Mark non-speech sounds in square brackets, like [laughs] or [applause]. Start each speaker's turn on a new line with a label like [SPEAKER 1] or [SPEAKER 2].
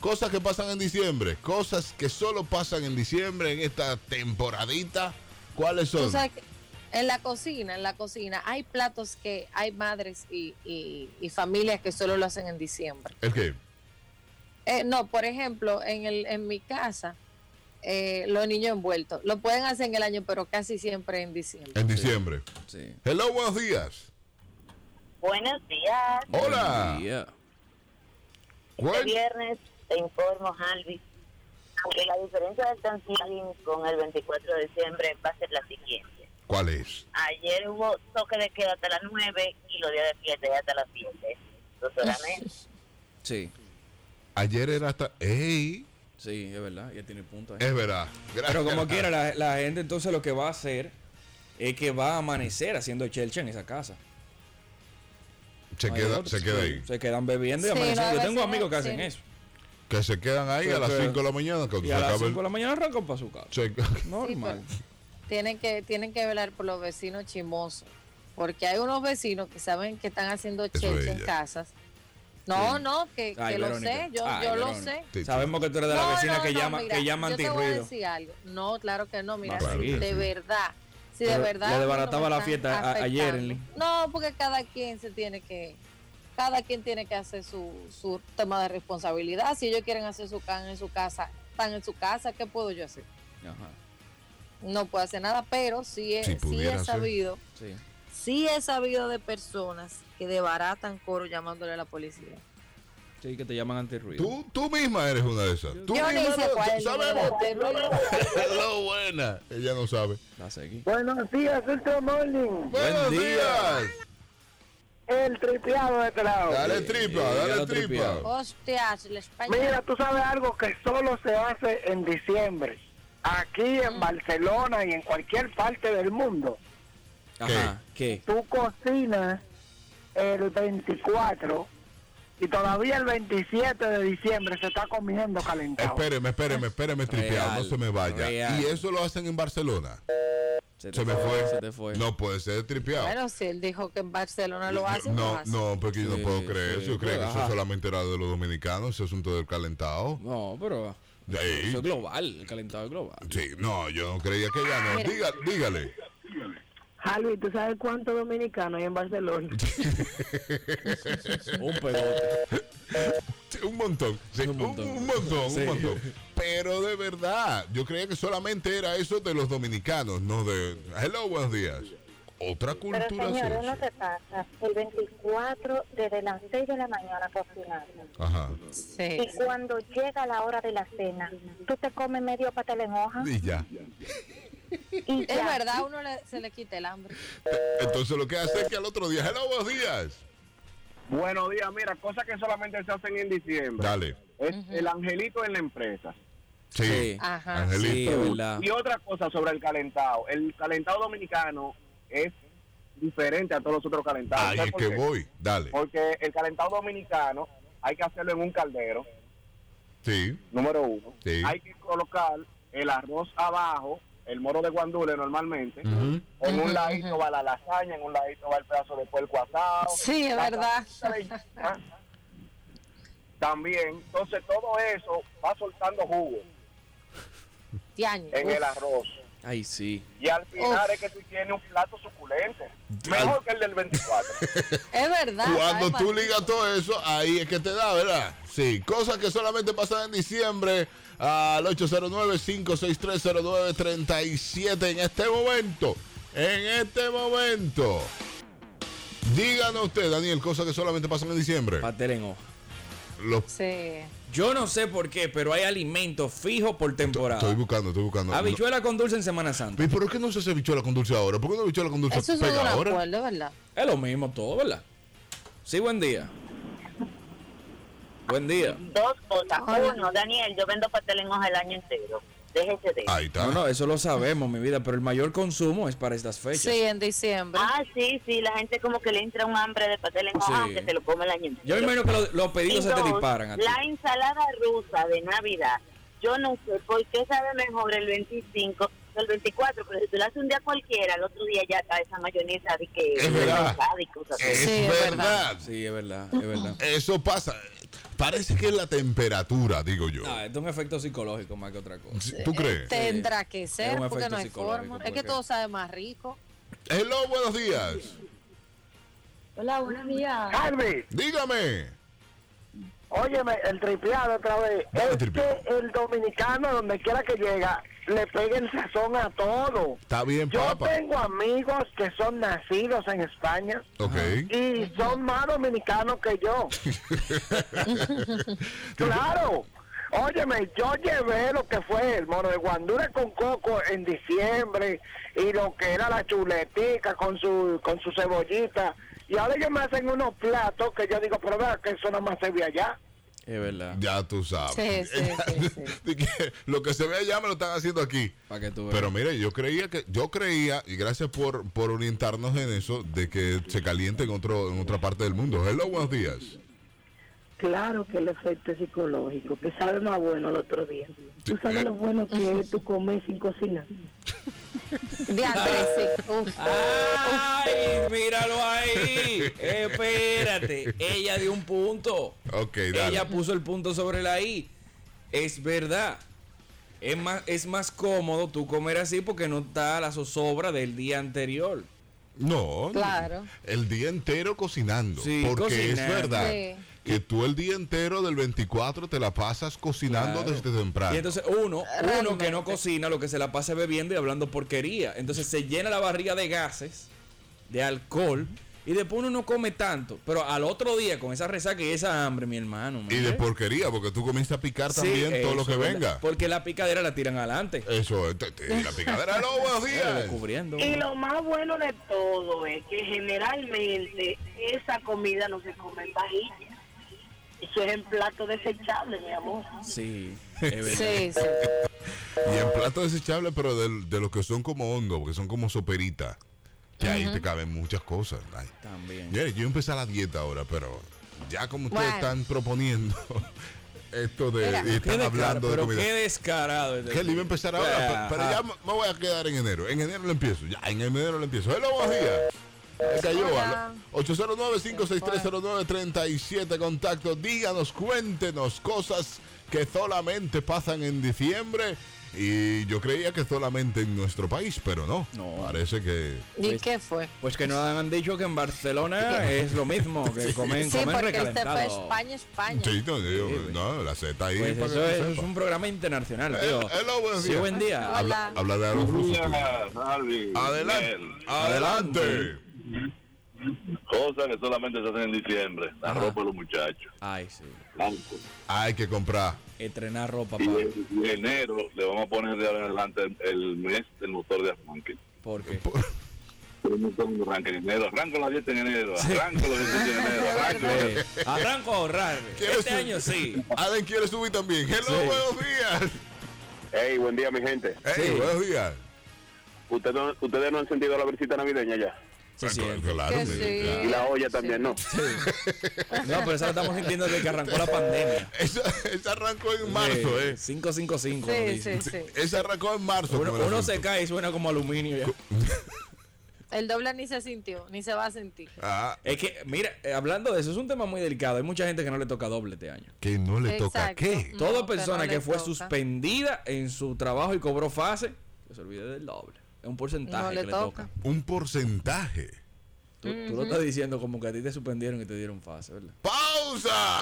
[SPEAKER 1] Cosas que pasan en diciembre, cosas que solo pasan en diciembre, en esta temporadita. ¿Cuáles son?
[SPEAKER 2] O sea, que en la cocina, en la cocina, hay platos que hay madres y, y- y familias que solo lo hacen en diciembre.
[SPEAKER 1] ¿El qué?
[SPEAKER 2] Eh, no, por ejemplo, en, el, en mi casa, eh, los niños envueltos, lo pueden hacer en el año, pero casi siempre en diciembre.
[SPEAKER 1] En diciembre.
[SPEAKER 3] Sí.
[SPEAKER 1] Hello, buenos días.
[SPEAKER 4] Buenos días.
[SPEAKER 1] Hola.
[SPEAKER 3] Buen día.
[SPEAKER 4] Este
[SPEAKER 1] Cuen-
[SPEAKER 4] viernes te informo, Alvis, aunque la diferencia del Thanksgiving con el 24 de diciembre va a ser la siguiente.
[SPEAKER 1] ¿Cuál es?
[SPEAKER 4] Ayer hubo toque de queda hasta las 9 y los días de fiesta ya hasta las 7. Dos horas menos.
[SPEAKER 3] Sí,
[SPEAKER 1] Ayer era hasta. ¡Ey!
[SPEAKER 3] sí, es verdad. Ya tiene punto. ahí.
[SPEAKER 1] Es verdad. Gracias.
[SPEAKER 3] Pero como quiera, la, la gente entonces lo que va a hacer es que va a amanecer haciendo chelcha en esa casa.
[SPEAKER 1] Se
[SPEAKER 3] No hay
[SPEAKER 1] queda,
[SPEAKER 3] otro.
[SPEAKER 1] se queda ahí.
[SPEAKER 3] Se quedan bebiendo y
[SPEAKER 2] Sí,
[SPEAKER 3] amaneciendo.
[SPEAKER 2] no,
[SPEAKER 3] Yo
[SPEAKER 2] a
[SPEAKER 3] tengo
[SPEAKER 2] veces
[SPEAKER 3] amigos que
[SPEAKER 2] no,
[SPEAKER 3] hacen
[SPEAKER 2] sí.
[SPEAKER 3] eso.
[SPEAKER 1] Que se quedan ahí a
[SPEAKER 3] Pero
[SPEAKER 1] las
[SPEAKER 3] que-
[SPEAKER 1] 5 de la mañana. Cuando
[SPEAKER 3] Y
[SPEAKER 1] se
[SPEAKER 3] a las
[SPEAKER 1] acabe
[SPEAKER 3] 5
[SPEAKER 1] el-
[SPEAKER 3] de la mañana arrancan para su casa.
[SPEAKER 2] pues,
[SPEAKER 1] se-
[SPEAKER 3] Normal.
[SPEAKER 1] Eh.
[SPEAKER 2] Tienen que, tienen que velar por los vecinos chimosos, porque hay unos vecinos que saben que están haciendo
[SPEAKER 1] Eso es
[SPEAKER 2] cheche en
[SPEAKER 1] ella.
[SPEAKER 2] casas. No,
[SPEAKER 3] Sí.
[SPEAKER 2] no, que,
[SPEAKER 3] Ay,
[SPEAKER 2] que lo
[SPEAKER 3] Verónica.
[SPEAKER 2] sé, yo,
[SPEAKER 3] Ay,
[SPEAKER 2] yo lo
[SPEAKER 3] Verónica.
[SPEAKER 2] sé.
[SPEAKER 1] Sí,
[SPEAKER 3] Sabemos que tú eres de la
[SPEAKER 2] No,
[SPEAKER 3] vecina
[SPEAKER 2] no,
[SPEAKER 3] que
[SPEAKER 2] no,
[SPEAKER 3] llama,
[SPEAKER 2] mira,
[SPEAKER 3] que llama
[SPEAKER 2] yo te voy a
[SPEAKER 3] antirruido.
[SPEAKER 2] decir algo. No, claro que no, mira,
[SPEAKER 3] Más
[SPEAKER 2] si
[SPEAKER 3] claro que
[SPEAKER 2] de
[SPEAKER 1] sí.
[SPEAKER 2] verdad. Si de
[SPEAKER 3] Pero
[SPEAKER 2] verdad.
[SPEAKER 3] le
[SPEAKER 2] a mí no me
[SPEAKER 3] desbarataba la
[SPEAKER 2] están
[SPEAKER 3] fiesta a- ayer,
[SPEAKER 2] afectando.
[SPEAKER 3] Enli.
[SPEAKER 2] No, porque cada quien se tiene que cada quien tiene que hacer su, su tema de responsabilidad. Si ellos quieren hacer su can en su casa, están en su casa, ¿qué puedo yo hacer?
[SPEAKER 3] Ajá,
[SPEAKER 2] No puedo hacer nada, pero sí he,
[SPEAKER 1] Si
[SPEAKER 2] sí
[SPEAKER 1] pudiera
[SPEAKER 2] he
[SPEAKER 1] hacer.
[SPEAKER 2] sabido,
[SPEAKER 3] sí.
[SPEAKER 2] sí he sabido de personas que debaratan coro llamándole a la policía.
[SPEAKER 3] Sí, que te llaman antirruido.
[SPEAKER 1] Tú, tú misma eres una de esas. Tú
[SPEAKER 2] yo ni
[SPEAKER 1] misma
[SPEAKER 2] sé
[SPEAKER 1] no-
[SPEAKER 2] cuál es el número
[SPEAKER 1] sabemos. [laughs]
[SPEAKER 2] de teléfono.
[SPEAKER 1] Hello, buena. Ella no sabe.
[SPEAKER 3] La seguí.
[SPEAKER 5] Buenos días, Ultra Morning.
[SPEAKER 1] Buenos
[SPEAKER 3] día.
[SPEAKER 1] días.
[SPEAKER 5] El tripeado de este Trao.
[SPEAKER 1] Dale
[SPEAKER 3] Sí,
[SPEAKER 1] tripa,
[SPEAKER 3] ya
[SPEAKER 1] dale
[SPEAKER 3] lo
[SPEAKER 1] tripa.
[SPEAKER 3] tripeado.
[SPEAKER 2] Hostias, el español.
[SPEAKER 5] Mira, tú sabes algo que solo se hace en diciembre. Aquí
[SPEAKER 6] Mm.
[SPEAKER 5] en Barcelona y en cualquier parte del mundo.
[SPEAKER 3] Ajá, ¿qué?
[SPEAKER 5] Tú cocinas el 24 y todavía el 27 de diciembre se está comiendo calentado.
[SPEAKER 1] Espéreme, espéreme, espéreme, tripeado.
[SPEAKER 3] Real,
[SPEAKER 1] No se me vaya.
[SPEAKER 3] real.
[SPEAKER 1] Y eso lo hacen en Barcelona.
[SPEAKER 3] te
[SPEAKER 1] Se me fue.
[SPEAKER 3] Se te fue.
[SPEAKER 1] No puede ser tripeado.
[SPEAKER 2] Bueno, si él dijo que en Barcelona lo pues hacen, lo
[SPEAKER 1] no,
[SPEAKER 2] hacen.
[SPEAKER 1] no, porque yo no
[SPEAKER 3] Sí,
[SPEAKER 1] puedo creer
[SPEAKER 3] sí,
[SPEAKER 1] eso. creen que eso
[SPEAKER 3] ajá.
[SPEAKER 1] solamente era de los dominicanos, ese asunto del calentado.
[SPEAKER 3] No, pero
[SPEAKER 1] De ahí.
[SPEAKER 3] eso es global. El calentado
[SPEAKER 1] [laughs]
[SPEAKER 3] es global.
[SPEAKER 1] Sí, no, yo no creía que ya no.
[SPEAKER 2] Mira.
[SPEAKER 1] Diga-
[SPEAKER 3] [laughs]
[SPEAKER 1] dígale.
[SPEAKER 6] Albi, ¿tú sabes cuántos dominicanos hay en Barcelona?
[SPEAKER 5] [laughs]
[SPEAKER 3] Un pegote.
[SPEAKER 1] Sí, un montón. Sí, un
[SPEAKER 3] Un
[SPEAKER 1] montón,
[SPEAKER 3] montón.
[SPEAKER 1] un, montón,
[SPEAKER 3] Sí.
[SPEAKER 1] un montón. Pero de verdad, yo creía que solamente era eso de los dominicanos, no de. Hello, buenos días. Otra
[SPEAKER 4] Pero
[SPEAKER 1] cultura
[SPEAKER 4] señores,
[SPEAKER 1] sí,
[SPEAKER 4] no
[SPEAKER 1] sí.
[SPEAKER 4] se pasa. El 24 desde las 6 de la mañana cocinando.
[SPEAKER 1] Ajá.
[SPEAKER 2] Sí.
[SPEAKER 4] Y cuando llega la hora de la cena, tú te comes medio patel en
[SPEAKER 2] Ah.
[SPEAKER 4] hoja
[SPEAKER 1] Y ya.
[SPEAKER 4] y
[SPEAKER 2] Es
[SPEAKER 4] ya.
[SPEAKER 2] verdad, uno le- se le quita el hambre.
[SPEAKER 1] Entonces lo que hace es que al otro día, hello, buenos días.
[SPEAKER 7] Buenos días, mira, cosas que solamente se hacen en diciembre.
[SPEAKER 1] Dale.
[SPEAKER 7] Es el angelito en la empresa.
[SPEAKER 1] Sí.
[SPEAKER 3] Sí.
[SPEAKER 2] Ajá.
[SPEAKER 3] Sí, es
[SPEAKER 1] Angelito.
[SPEAKER 3] verdad.
[SPEAKER 7] Y otra cosa sobre el calentado. El calentado dominicano es diferente a todos los otros calentados.
[SPEAKER 1] Ahí
[SPEAKER 7] ¿Sabes
[SPEAKER 1] es
[SPEAKER 7] por
[SPEAKER 1] que
[SPEAKER 7] qué?
[SPEAKER 1] voy. Dale.
[SPEAKER 7] Porque el calentado dominicano hay que hacerlo en un caldero,
[SPEAKER 1] Sí.
[SPEAKER 7] número uno.
[SPEAKER 1] Sí.
[SPEAKER 7] Hay que colocar el arroz abajo, el moro de guandule normalmente.
[SPEAKER 1] Ujú.
[SPEAKER 7] En
[SPEAKER 2] Ujú,
[SPEAKER 7] un ladito va la lasaña, en un ladito va el pedazo de puerco asado.
[SPEAKER 2] Sí, es
[SPEAKER 7] La
[SPEAKER 2] verdad.
[SPEAKER 7] salchicha de- También, entonces todo eso va soltando jugo
[SPEAKER 2] Tiaño.
[SPEAKER 7] en el arroz.
[SPEAKER 3] Ay, sí.
[SPEAKER 7] Y al final
[SPEAKER 2] Uf.
[SPEAKER 7] es que tú tienes un plato suculento. Mejor que el del
[SPEAKER 5] [laughs]
[SPEAKER 7] 24.
[SPEAKER 2] Es verdad.
[SPEAKER 1] Cuando
[SPEAKER 2] sabe,
[SPEAKER 1] tú
[SPEAKER 2] Patricio.
[SPEAKER 1] ligas todo eso, ahí es que te da, ¿verdad? Sí, cosas que solamente pasan en diciembre al 809-56309-37 en este momento. En este momento. Díganos usted, Daniel, cosas que solamente pasan en diciembre.
[SPEAKER 3] Pastel en hoja.
[SPEAKER 1] Los-
[SPEAKER 2] Sí.
[SPEAKER 3] Yo no sé por qué, pero hay alimentos fijos por
[SPEAKER 1] estoy
[SPEAKER 3] temporada.
[SPEAKER 1] buscando, estoy buscando. No-
[SPEAKER 3] Habichuela con dulce en Semana Santa.
[SPEAKER 1] ¿Y ¿Por qué no se hace bichuela con dulce ahora? ¿Por qué no bichuela con dulce
[SPEAKER 2] Eso es un
[SPEAKER 1] pega ahora?
[SPEAKER 2] acuerdo, ¿verdad?
[SPEAKER 3] Es lo mismo todo, ¿verdad? Sí, buen día. Buen día.
[SPEAKER 4] Dos cosas.
[SPEAKER 2] Hola.
[SPEAKER 4] Uno, Daniel, yo vendo pastel en hoja el año entero. Déjese de eso.
[SPEAKER 1] Ahí está.
[SPEAKER 3] No, no, eso lo sabemos, mi vida, pero el mayor consumo es para estas fechas.
[SPEAKER 2] Sí, en diciembre.
[SPEAKER 4] Ah, sí, sí, la gente como que le entra un hambre de pastel en hoja,
[SPEAKER 3] Sí.
[SPEAKER 4] aunque se lo come el año entero.
[SPEAKER 3] Yo me imagino que lo- los
[SPEAKER 4] Y
[SPEAKER 3] pedidos se te
[SPEAKER 4] dos,
[SPEAKER 3] disparan a ti.
[SPEAKER 4] La ensalada rusa de Navidad, yo no sé por qué sabe mejor el 25 que el 24, pero si tú la haces un día cualquiera, el otro día ya está esa mayonesa de que
[SPEAKER 1] Es verdad.
[SPEAKER 4] de mercado y cosas así.
[SPEAKER 1] Es
[SPEAKER 2] Sí, es
[SPEAKER 1] verdad. [laughs]
[SPEAKER 3] Sí, es verdad, es verdad.
[SPEAKER 1] Eso pasa. Parece que es la temperatura, digo yo.
[SPEAKER 2] Ah,
[SPEAKER 3] No, Ah, esto es un efecto psicológico más que otra cosa.
[SPEAKER 1] ¿Tú crees?
[SPEAKER 2] Este- Tendrá que
[SPEAKER 3] Es
[SPEAKER 2] ser,
[SPEAKER 3] un
[SPEAKER 2] porque
[SPEAKER 3] efecto
[SPEAKER 2] no hay
[SPEAKER 3] psicológico,
[SPEAKER 2] forma. Es
[SPEAKER 3] porque-
[SPEAKER 2] que todo sabe más rico.
[SPEAKER 1] Hello, buenos días.
[SPEAKER 8] Hola, buenos días.
[SPEAKER 5] Harvey,
[SPEAKER 1] Dígame.
[SPEAKER 5] óyeme, el tripeado otra vez.
[SPEAKER 1] Dale,
[SPEAKER 5] Es
[SPEAKER 1] tripeado.
[SPEAKER 5] que el dominicano, donde quiera que llega, le pega el sazón a todo.
[SPEAKER 1] Está bien,
[SPEAKER 5] Yo
[SPEAKER 1] papá.
[SPEAKER 5] tengo amigos que son nacidos en España
[SPEAKER 1] Ok.
[SPEAKER 5] y son más dominicanos que yo. Claro. Óyeme, yo llevé lo que fue el mono de guandura con coco en diciembre y lo que era la chuletica con su con su cebollita. Y ahora ellos me hacen unos platos que yo digo, pero vea que eso nada más se ve allá.
[SPEAKER 3] Es verdad.
[SPEAKER 1] Ya tú sabes.
[SPEAKER 2] Sí, sí,
[SPEAKER 1] [laughs]
[SPEAKER 2] sí,
[SPEAKER 1] De que lo que se ve allá me lo están haciendo aquí.
[SPEAKER 3] Para que tú veas.
[SPEAKER 1] Pero mire, yo creía que yo creía y gracias por por orientarnos en eso de que se caliente en otro en otra parte del mundo. Hello, buenos días.
[SPEAKER 6] Claro que el efecto es psicológico, que sabe más bueno el otro día. Tú sabes lo bueno que es tú comer sin cocinar.
[SPEAKER 2] De Andrés,
[SPEAKER 3] [laughs]
[SPEAKER 2] sí.
[SPEAKER 3] Ah,
[SPEAKER 2] Uf.
[SPEAKER 1] Ah,
[SPEAKER 3] ¡Ay! ¡Míralo ahí! Espérate. Ella dio un punto.
[SPEAKER 1] Ok, dale.
[SPEAKER 3] Ella puso el punto sobre la I. Es verdad. Es más, es más cómodo tú comer así porque no está la zozobra del día anterior.
[SPEAKER 1] No, no.
[SPEAKER 2] Claro.
[SPEAKER 1] El día entero cocinando.
[SPEAKER 3] Sí,
[SPEAKER 1] porque es
[SPEAKER 3] cocinando.
[SPEAKER 1] verdad
[SPEAKER 2] Sí.
[SPEAKER 1] que tú el día entero del 24 te la pasas cocinando
[SPEAKER 3] Claro.
[SPEAKER 1] desde temprano.
[SPEAKER 3] Y entonces uno, uno
[SPEAKER 2] Realmente.
[SPEAKER 3] que no cocina, lo que se la pasa es bebiendo y hablando porquería. Entonces se llena la barriga de gases, de alcohol, y después uno no come tanto. Pero al otro día, con esa resaca y esa hambre, mi hermano.
[SPEAKER 1] Y
[SPEAKER 3] madre.
[SPEAKER 1] de porquería, porque tú comienzas a picar
[SPEAKER 3] ¿eh? Sí,
[SPEAKER 1] también todo lo
[SPEAKER 3] eso
[SPEAKER 1] que
[SPEAKER 3] es verdad.
[SPEAKER 1] venga.
[SPEAKER 3] Porque la picadera la tiran adelante.
[SPEAKER 1] Eso, es, te- te- y la picadera. Hello, buenos
[SPEAKER 3] Pero
[SPEAKER 1] días.
[SPEAKER 3] descubriendo.
[SPEAKER 4] Y lo más bueno de todo es que generalmente esa comida no se come en vajilla. Eso es en plato desechable, mi amor.
[SPEAKER 3] Sí, es verdad.
[SPEAKER 2] Sí, sí.
[SPEAKER 1] Y en plato desechable, pero del- de, los que son como hongo, porque son como soperita. Que ahí te caben muchas cosas. Ay.
[SPEAKER 3] También.
[SPEAKER 1] Mire, yo empecé la dieta ahora, pero ya como ustedes
[SPEAKER 2] Bueno.
[SPEAKER 1] están proponiendo [laughs] esto de.
[SPEAKER 2] Mira.
[SPEAKER 1] y están
[SPEAKER 3] Qué
[SPEAKER 1] hablando
[SPEAKER 3] descaro,
[SPEAKER 1] de
[SPEAKER 3] pero
[SPEAKER 1] comida.
[SPEAKER 3] qué descarado. es de- ah,
[SPEAKER 1] Kelly iba a empezar ahora,
[SPEAKER 3] Ajá.
[SPEAKER 1] pe- pero ya me me voy a quedar en enero. En enero lo empiezo, ya, en enero lo empiezo. Hello, buenos días. Se cayó
[SPEAKER 2] Hola.
[SPEAKER 1] al 809-56309-37, contacto. Díganos, cuéntenos cosas que solamente pasan en diciembre. Y yo creía que solamente en nuestro país, pero no.
[SPEAKER 3] No.
[SPEAKER 1] Parece que.
[SPEAKER 2] ¿Y qué fue?
[SPEAKER 3] Pues que nos han dicho que en Barcelona es lo mismo, que comen,
[SPEAKER 2] Sí,
[SPEAKER 3] comen
[SPEAKER 2] porque este
[SPEAKER 3] recalentado.
[SPEAKER 2] fue España, España.
[SPEAKER 1] Sí, no, yo-
[SPEAKER 3] Sí, pues.
[SPEAKER 1] no, la Z ahí.
[SPEAKER 3] Pues
[SPEAKER 1] para
[SPEAKER 3] eso
[SPEAKER 1] que
[SPEAKER 3] es,
[SPEAKER 1] sepa.
[SPEAKER 3] es un programa internacional,
[SPEAKER 1] Eh,
[SPEAKER 3] tío.
[SPEAKER 1] hello, buenos
[SPEAKER 3] Sí,
[SPEAKER 1] días.
[SPEAKER 3] buen día.
[SPEAKER 1] Habla,
[SPEAKER 2] Hola.
[SPEAKER 1] habla de algo ruso.
[SPEAKER 9] Harvey,
[SPEAKER 1] Adelante.
[SPEAKER 9] Miguel.
[SPEAKER 1] Adelante.
[SPEAKER 9] Cosas que solamente se hacen en diciembre. La
[SPEAKER 3] Ajá.
[SPEAKER 9] ropa de los muchachos.
[SPEAKER 3] Ay, sí.
[SPEAKER 9] Blanco.
[SPEAKER 1] Hay que comprar.
[SPEAKER 3] Entrenar ropa,
[SPEAKER 9] Y
[SPEAKER 3] papá.
[SPEAKER 9] en enero le vamos a poner de ahora en adelante el, el mes del motor de arranque.
[SPEAKER 3] Porque
[SPEAKER 9] El motor de arranque en enero. Arranco las 10 en enero. Arranco las 10 en enero. Arranco las 10.
[SPEAKER 3] arranco a ahorrar.
[SPEAKER 1] ¿Quieres
[SPEAKER 3] Este
[SPEAKER 1] un-
[SPEAKER 3] año sí.
[SPEAKER 1] Adam quiere subir también. Hello,
[SPEAKER 3] Sí.
[SPEAKER 1] buenos días.
[SPEAKER 9] Hey, buen día, mi gente.
[SPEAKER 1] Hey,
[SPEAKER 3] Sí.
[SPEAKER 1] buenos días.
[SPEAKER 9] ¿Ustedes no, ustedes no han sentido la visita navideña ya.
[SPEAKER 3] Se siente.
[SPEAKER 1] Claro,
[SPEAKER 2] Que
[SPEAKER 1] sí,
[SPEAKER 2] sí.
[SPEAKER 1] claro.
[SPEAKER 2] Y la olla también, Sí.
[SPEAKER 9] ¿no?
[SPEAKER 3] No, pero eso lo estamos sintiendo desde que arrancó la pandemia.
[SPEAKER 1] Esa, esa arrancó en marzo, ¿eh?
[SPEAKER 3] 555. nos
[SPEAKER 2] Sí,
[SPEAKER 3] dicen.
[SPEAKER 2] sí, sí.
[SPEAKER 1] Esa arrancó en marzo.
[SPEAKER 3] Uno,
[SPEAKER 1] con el
[SPEAKER 3] uno
[SPEAKER 1] asunto.
[SPEAKER 3] se cae y suena como aluminio. ya.
[SPEAKER 2] El doble ni se sintió, ni se va a sentir.
[SPEAKER 1] Ah,
[SPEAKER 3] Es que, mira, eh, hablando de eso, es un tema muy delicado. Hay mucha gente que no le toca doble este año.
[SPEAKER 1] que no le toca
[SPEAKER 2] Exacto.
[SPEAKER 1] qué.
[SPEAKER 2] No,
[SPEAKER 3] Toda
[SPEAKER 2] que
[SPEAKER 3] persona
[SPEAKER 2] no
[SPEAKER 3] que
[SPEAKER 2] le
[SPEAKER 3] fue
[SPEAKER 2] toca.
[SPEAKER 3] suspendida en su trabajo y cobró fase, que se olvide del doble. Es un porcentaje
[SPEAKER 2] No le
[SPEAKER 3] que
[SPEAKER 2] toca.
[SPEAKER 3] le toca.
[SPEAKER 1] Un porcentaje.
[SPEAKER 3] Tú, tú lo estás diciendo como que a ti te suspendieron y te dieron fase, ¿verdad?
[SPEAKER 1] ¡Pausa!